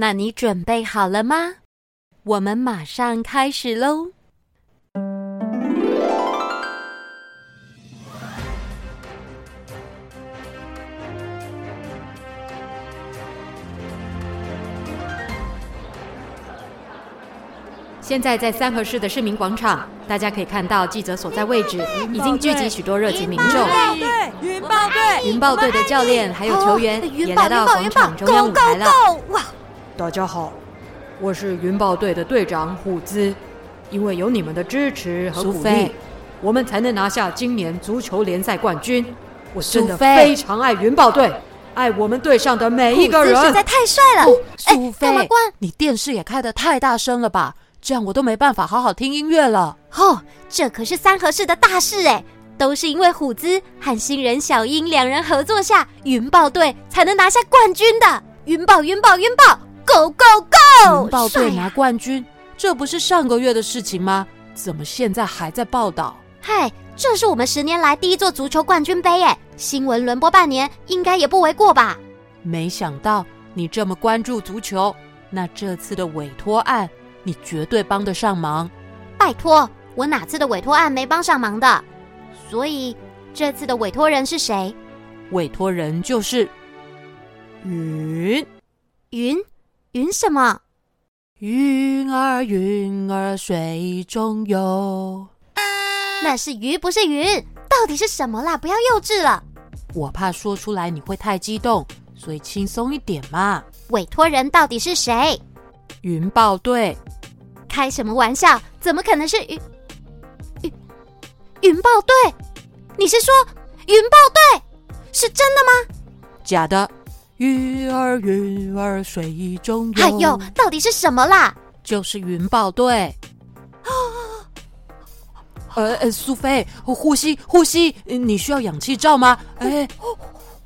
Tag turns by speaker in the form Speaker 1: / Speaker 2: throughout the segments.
Speaker 1: 那你准备好了吗？我们马上开始喽！
Speaker 2: 现在在三河市的市民广场，大家可以看到记者所在位置已经聚集许多热情民众。
Speaker 3: 云豹队，
Speaker 2: 云豹队的教练还有球员
Speaker 4: 哎
Speaker 1: 哦
Speaker 2: 也
Speaker 1: 云
Speaker 2: 来
Speaker 1: 宝，
Speaker 2: 到广
Speaker 1: 云宝，云宝
Speaker 2: 场中央舞台了。
Speaker 1: ，Go Go Go！哇，
Speaker 2: 大家好，我是云豹队的队长虎兹。因为有你们的支持和鼓励，我们才能拿下今年足球联赛冠军。我真的
Speaker 1: 苏菲
Speaker 2: 非常爱云豹队，爱我们队上的每一个
Speaker 1: 虎子实
Speaker 2: 人。
Speaker 1: 在太帅了！哎、
Speaker 4: 苏
Speaker 1: 干嘛
Speaker 4: 菲
Speaker 1: 关？，
Speaker 4: 你电视也开得太大声了吧？这样我都没办法好好听音乐了。
Speaker 1: 哦，这可是三河市的大事哎！都是因为虎子和新人小英两人合作下，云豹队才能拿下冠军的。云豹，云豹，云豹，Go
Speaker 2: 哦
Speaker 1: Go Go！
Speaker 4: 云豹队
Speaker 1: 帅
Speaker 4: 拿
Speaker 1: 啊！
Speaker 4: 冠军，这不是上个月的事情吗？怎么现在还在报道？
Speaker 1: 嗨，这是我们十年来第一座足球冠军杯哎！新闻轮播半年，应该也不为过吧？
Speaker 4: 没想到你这么关注足球，那这次的委托案你绝对帮得上忙。
Speaker 1: 拜托，我哪次的委托案没帮上忙的？所以这次的委托人是谁？
Speaker 4: 委托人就是云
Speaker 1: 云，云什么？
Speaker 4: 云儿，云儿水中游。
Speaker 1: 那是鱼，不是云，到底是什么啦？不要幼稚了。
Speaker 4: 我怕说出来你会太激动，所以轻松一点嘛。
Speaker 1: 委托人到底是谁？
Speaker 4: 云豹队
Speaker 1: 开什么玩笑？怎么可能是云云云豹队？你是说云豹队是真的吗？
Speaker 4: 假的。鱼儿鱼儿水中游，
Speaker 1: 哎呦，到底是什么啦？
Speaker 4: 就是云豹队。 呃呃，苏菲，呼吸呼吸，呃你需要氧气罩吗？哎，
Speaker 1: 我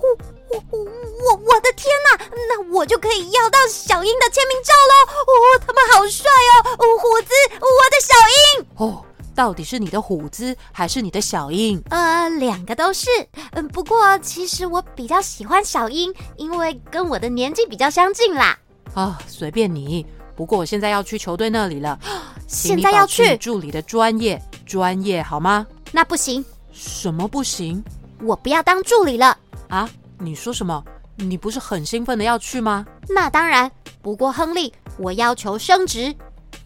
Speaker 1: 我我我的天呐！那我就可以要到小英的签名照喽！哦，他们好帅哦！哦，虎子，我的小英。
Speaker 4: 哦，到底是你的虎子还是你的小英？
Speaker 1: 呃，两个都是。嗯，不过其实我比较喜欢小英，因为跟我的年纪比较相近啦。
Speaker 4: 啊，随便你。不过我现在要去球队那里了，请
Speaker 1: 现
Speaker 4: 你
Speaker 1: 在要
Speaker 4: 保持你
Speaker 1: 去？
Speaker 4: 助理的专业专业好吗？
Speaker 1: 那不行，
Speaker 4: 什么不行？
Speaker 1: 我不要当助理了。
Speaker 4: 啊，你说什么？你不是很兴奋的要去吗？
Speaker 1: 那当然，不过亨利，我要求升职。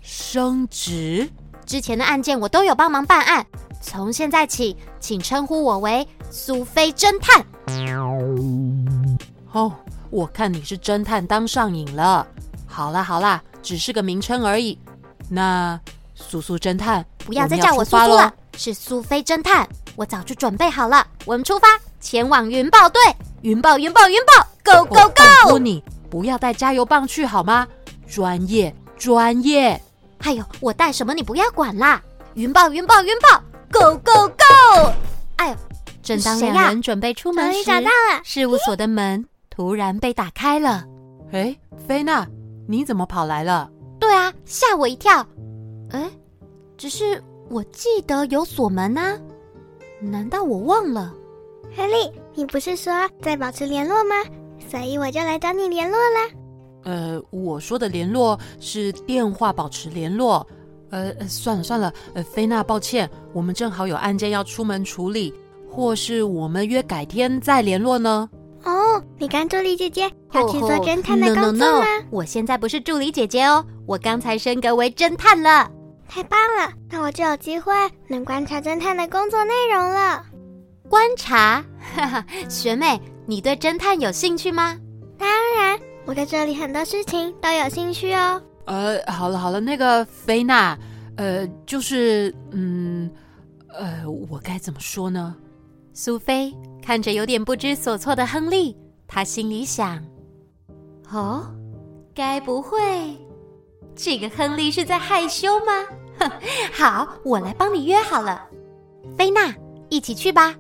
Speaker 4: 升职？
Speaker 1: 之前的案件我都有帮忙办案，从现在起，请称呼我为苏菲侦探。
Speaker 4: 哦，我看你是侦探当上瘾了。好啦好啦，只是个名称而已。那苏苏侦探，
Speaker 1: 不要
Speaker 4: 我
Speaker 1: 再
Speaker 4: 们
Speaker 1: 叫我
Speaker 4: 出
Speaker 1: 苏
Speaker 4: 发
Speaker 1: 苏
Speaker 4: 喽
Speaker 1: 了，是苏菲侦探。我早就准备好了，我们出发，前往云豹队。云豹，云豹，云豹，Go
Speaker 4: 我
Speaker 1: Go
Speaker 4: 拜托
Speaker 1: Go！
Speaker 4: 你不要带加油棒去好吗？专业专业。
Speaker 1: 哎呦，我带什么你不要管啦！云豹，云豹，云豹，Go Go Go！哎呦，
Speaker 2: 正当
Speaker 1: 谁
Speaker 2: 两
Speaker 1: 呀
Speaker 2: 人准备出门
Speaker 1: 终
Speaker 2: 时，
Speaker 1: 于找到了
Speaker 2: 事务所的门突然被打开了。
Speaker 4: 哎，菲娜，你怎么跑来了？
Speaker 1: 对啊，吓我一跳。哎，只是我记得有锁门啊，难道我忘了？
Speaker 5: 亨利，你不是说在保持联络吗？所以我就来找你联络了。
Speaker 4: 呃，我说的联络是电话保持联络。呃，呃算了算了，呃，菲娜，抱歉，我们正好有案件要出门处理，或是我们约改天再联络呢？
Speaker 5: 哦，你跟朱莉姐姐要去做
Speaker 1: 吼吼
Speaker 5: 侦探的工
Speaker 1: no,
Speaker 5: 作
Speaker 1: no,
Speaker 5: 吗
Speaker 1: no,？我 Oh, 现在不是助理姐姐哦，我刚才升格为侦探了。
Speaker 5: 太棒了，那我就有机会能观察侦探的工作内容了。
Speaker 1: 观察， 哈哈，学妹，你对侦探有兴趣吗？
Speaker 5: 当然，我对这里很多事情都有兴趣哦。
Speaker 4: 呃，好了好了，那个菲娜，呃，就是，嗯，呃，我该怎么说呢？
Speaker 1: 苏菲看着有点不知所措的亨利，她心里想：“哦，该不会这个亨利是在害羞吗？哼，好，我来帮你约好了。菲娜，一起去吧，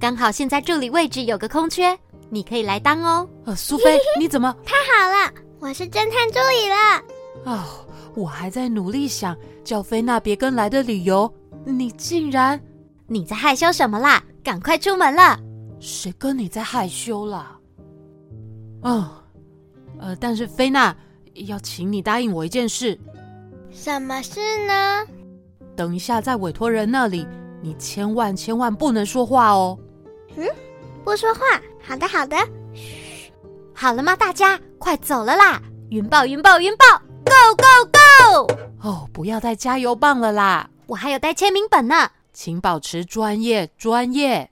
Speaker 1: 刚好现在助理位置有个空缺，你可以来当哦。
Speaker 4: 呃，苏菲，你怎么？
Speaker 5: 好了，我是侦探助理了。
Speaker 4: 哦，我还在努力想叫菲娜别跟来的理由，你竟然
Speaker 1: 你在害羞什么啦？赶快出门了。
Speaker 4: 谁跟你在害羞啦？嗯，呃，但是菲娜要请你答应我一件事，
Speaker 5: 什么事呢？
Speaker 4: 等一下在委托人那里，你千万千万不能说话哦。
Speaker 5: 不说话。好的，好的。
Speaker 1: 好了吗？大家快走了啦！云豹，云豹，云豹，Go Go Go！
Speaker 4: 哦，不要再加油棒了啦，
Speaker 1: 我还有带签名本呢。
Speaker 4: 请保持专业，专业。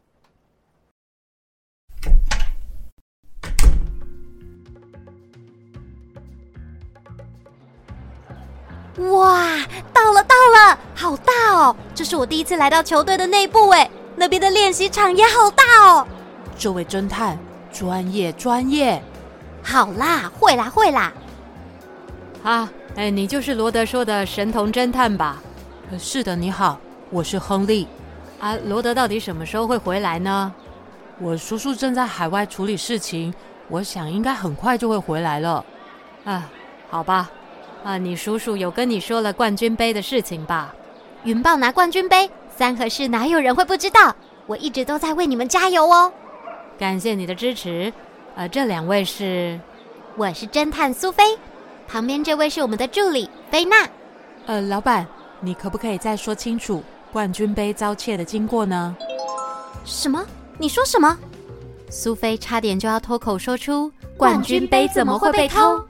Speaker 1: 哇，到了到了，好大哦！这是我第一次来到球队的内部哎，那边的练习场也好大哦。
Speaker 4: 这位侦探，专业，专业。
Speaker 1: 好啦，会啦会啦，
Speaker 2: 啊，哎，你就是罗德说的神童侦探吧？
Speaker 4: 呃是的，你好，我是亨利。
Speaker 2: 啊，罗德到底什么时候会回来呢？
Speaker 4: 我叔叔正在海外处理事情，我想应该很快就会回来了。
Speaker 2: 啊，好吧，啊，你叔叔有跟你说了冠军杯的事情吧？
Speaker 1: 云豹拿冠军杯，三河市哪有人会不知道？我一直都在为你们加油哦。
Speaker 2: 感谢你的支持。
Speaker 4: 啊
Speaker 2: 呃，这两位是
Speaker 1: 我是侦探苏菲，旁边这位是我们的助理菲娜。
Speaker 4: 呃，老板，你可不可以再说清楚冠军杯遭窃的经过呢？
Speaker 1: 什么？你说什么？苏菲差点就要脱口说出“冠军杯怎么会被偷”，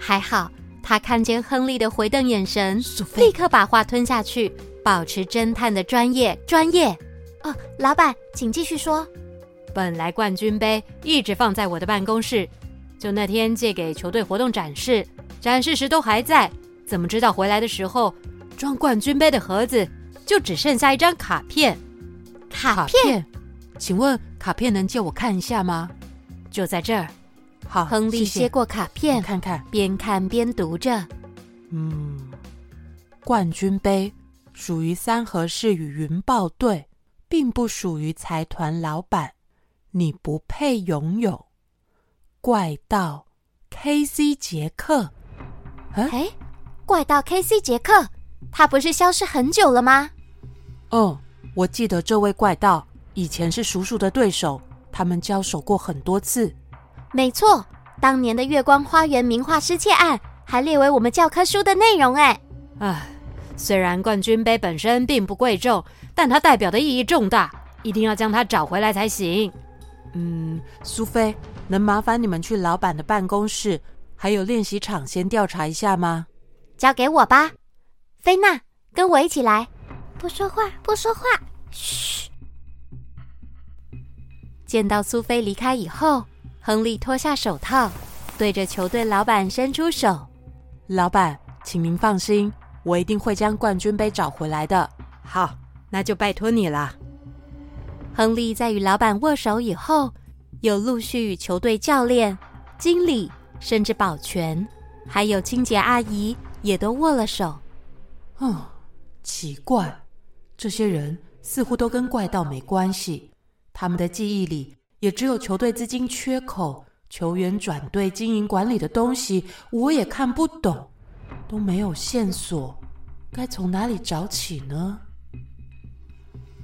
Speaker 1: 还好她看见亨利的回瞪眼神，
Speaker 4: 苏菲
Speaker 1: 立刻把话吞下去，保持侦探的专业，专业。哦，老板，请继续说。
Speaker 2: 本来冠军杯一直放在我的办公室，就那天借给球队活动展示，展示时都还在。怎么知道回来的时候，装冠军杯的盒子就只剩下一张卡片？
Speaker 1: 卡片，
Speaker 4: 片，请问卡片能借我看一下吗？
Speaker 2: 就在这儿，哦
Speaker 4: 好，
Speaker 1: 亨利接
Speaker 4: 谢谢
Speaker 1: 过卡
Speaker 4: 我
Speaker 1: 片，
Speaker 4: 看看。
Speaker 1: 边看边读着。
Speaker 4: 嗯，冠军杯属于三河市与云豹队，并不属于财团老板，你不配拥有。怪盗 K.C. 杰克，
Speaker 2: 嗯
Speaker 1: 哎，怪盗 K C 杰克，他不是消失很久了吗？
Speaker 4: 嗯，我记得这位怪盗以前是叔叔的对手，他们交手过很多次。
Speaker 1: 没错，当年的月光花园名画失窃案还列为我们教科书的内容哎。
Speaker 2: 唉，虽然冠军杯本身并不贵重，但它代表的意义重大，一定要将它找回来才行。
Speaker 4: 嗯，苏菲，能麻烦你们去老板的办公室还有练习场先调查一下吗？
Speaker 1: 交给我吧，菲娜，跟我一起来。
Speaker 5: 不说话，不说话。
Speaker 1: 见到苏菲离开以后，亨利脱下手套，对着球队老板伸出手。
Speaker 4: 老板，请您放心，我一定会将冠军杯找回来的。
Speaker 2: 好，那就拜托你啦。
Speaker 1: 亨利在与老板握手以后，又陆续与球队教练、经理，甚至保全，还有清洁阿姨也都握了手。
Speaker 4: 嗯，奇怪，这些人似乎都跟怪盗没关系。他们的记忆里也只有球队资金缺口、球员转队、经营管理的东西，我也看不懂，都没有线索，该从哪里找起呢？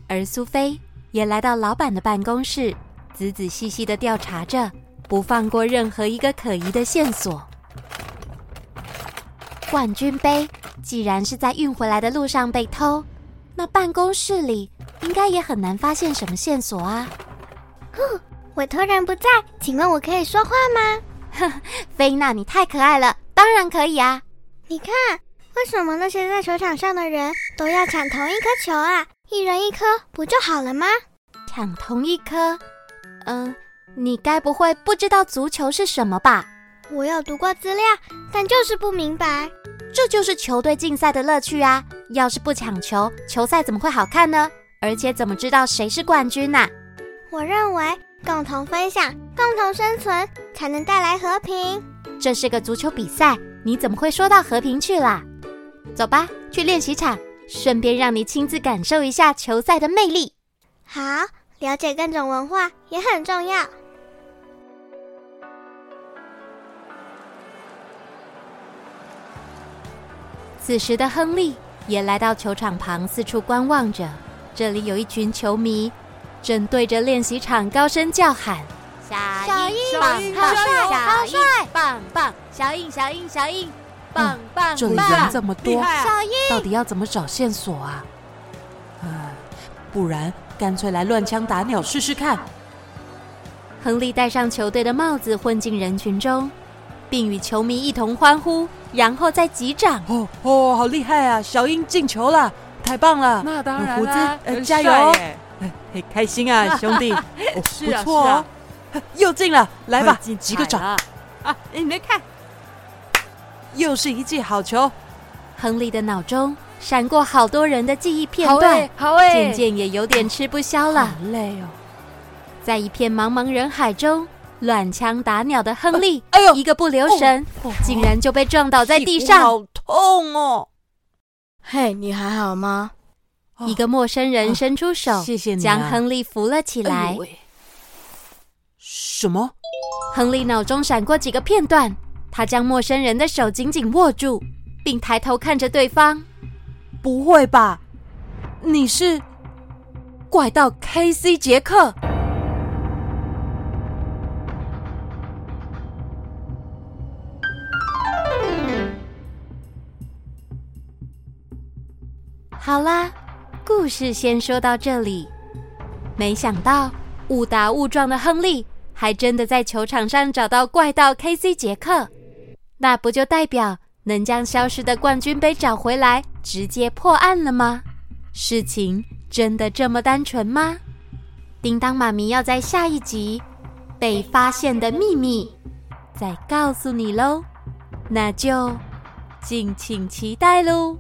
Speaker 1: 而苏菲也来到老板的办公室，仔仔细细的调查着，不放过任何一个可疑的线索。冠军杯既然是在运回来的路上被偷，那办公室里应该也很难发现什么线索啊。
Speaker 5: 委托人不在，请问我可以说话吗？
Speaker 1: 菲娜，你太可爱了，当然可以啊。
Speaker 5: 你看，为什么那些在球场上的人都要抢同一颗球啊？一人一颗不就好了吗？
Speaker 1: 抢同一颗，嗯，你该不会不知道足球是什么吧？
Speaker 5: 我有读过资料，但就是不明白。
Speaker 1: 这就是球队竞赛的乐趣啊！要是不抢球，球赛怎么会好看呢？而且怎么知道谁是冠军啊呐、
Speaker 5: 我认为共同分享、共同生存才能带来和平。
Speaker 1: 这是个足球比赛，你怎么会说到和平去啦？走吧，去练习场，顺便让你亲自感受一下球赛的魅力。
Speaker 5: 好，了解各种文化也很重要。
Speaker 1: 此时的亨利也来到球场旁四处观望着，这里有一群球迷正对着练习场高声叫喊：“
Speaker 5: 小
Speaker 1: 一
Speaker 5: 鹰
Speaker 1: 棒
Speaker 5: 好
Speaker 1: 棒，
Speaker 5: 帅好
Speaker 1: 小
Speaker 5: 帅
Speaker 1: 一棒棒，小印小印小印，棒棒
Speaker 4: 这里人
Speaker 1: 棒！”
Speaker 4: 这么多，
Speaker 3: 厉害啊！
Speaker 5: 鹰
Speaker 4: 到底要怎么找线索啊？啊，不然干脆来乱枪打鸟试试看。
Speaker 1: 亨利戴上球队的帽子，混进人群中，并与球迷一同欢呼，然后再击掌。
Speaker 4: 哦哦，好厉害啊！小英进球了，太棒了！
Speaker 3: 那当
Speaker 4: 啊胡子
Speaker 3: 啦，
Speaker 4: 呃
Speaker 3: 很
Speaker 4: 加油
Speaker 3: 帅
Speaker 4: 哦
Speaker 3: 耶
Speaker 4: 哎嘿开心啊，兄 弟，哦
Speaker 3: 是啊
Speaker 4: 不错
Speaker 3: 是
Speaker 4: 哦
Speaker 3: 啊，
Speaker 4: 又进了，来吧，
Speaker 3: 很精
Speaker 4: 击个
Speaker 3: 彩
Speaker 4: 掌，
Speaker 3: 啊！啊，你们看，
Speaker 4: 又是一记好球，
Speaker 1: 亨利的脑中闪过好多人的记忆片
Speaker 3: 好
Speaker 1: 段
Speaker 3: 诶，，好啊诶，
Speaker 1: 渐渐也有点吃不消了。
Speaker 4: 累哦！
Speaker 1: 在一片茫茫人海中，乱枪打鸟的亨利，
Speaker 4: 哎呦，
Speaker 1: 一个不留神，竟然就被撞倒在地
Speaker 4: 屁股
Speaker 1: 上。
Speaker 4: 哦好痛哦！
Speaker 5: 嘿，你还好吗？
Speaker 4: 哦
Speaker 1: 一个陌生人伸出手，
Speaker 4: 谢谢你啊
Speaker 1: 将亨利扶了起
Speaker 4: 哎
Speaker 1: 来
Speaker 4: 呦。喂什么？
Speaker 1: 亨利脑中闪过几个片段，他将陌生人的手紧紧握住，并抬头看着对方。
Speaker 4: 不会吧？你是怪盗 K C 杰克？
Speaker 1: 好啦，故事先说到这里。没想到误打误撞的亨利，还真的在球场上找到怪盗 K.C. 杰克，那不就代表能将消失的冠军杯找回来，直接破案了吗？事情真的这么单纯吗？叮当妈咪要在下一集《被发现的秘密》再告诉你喽，那就敬请期待喽。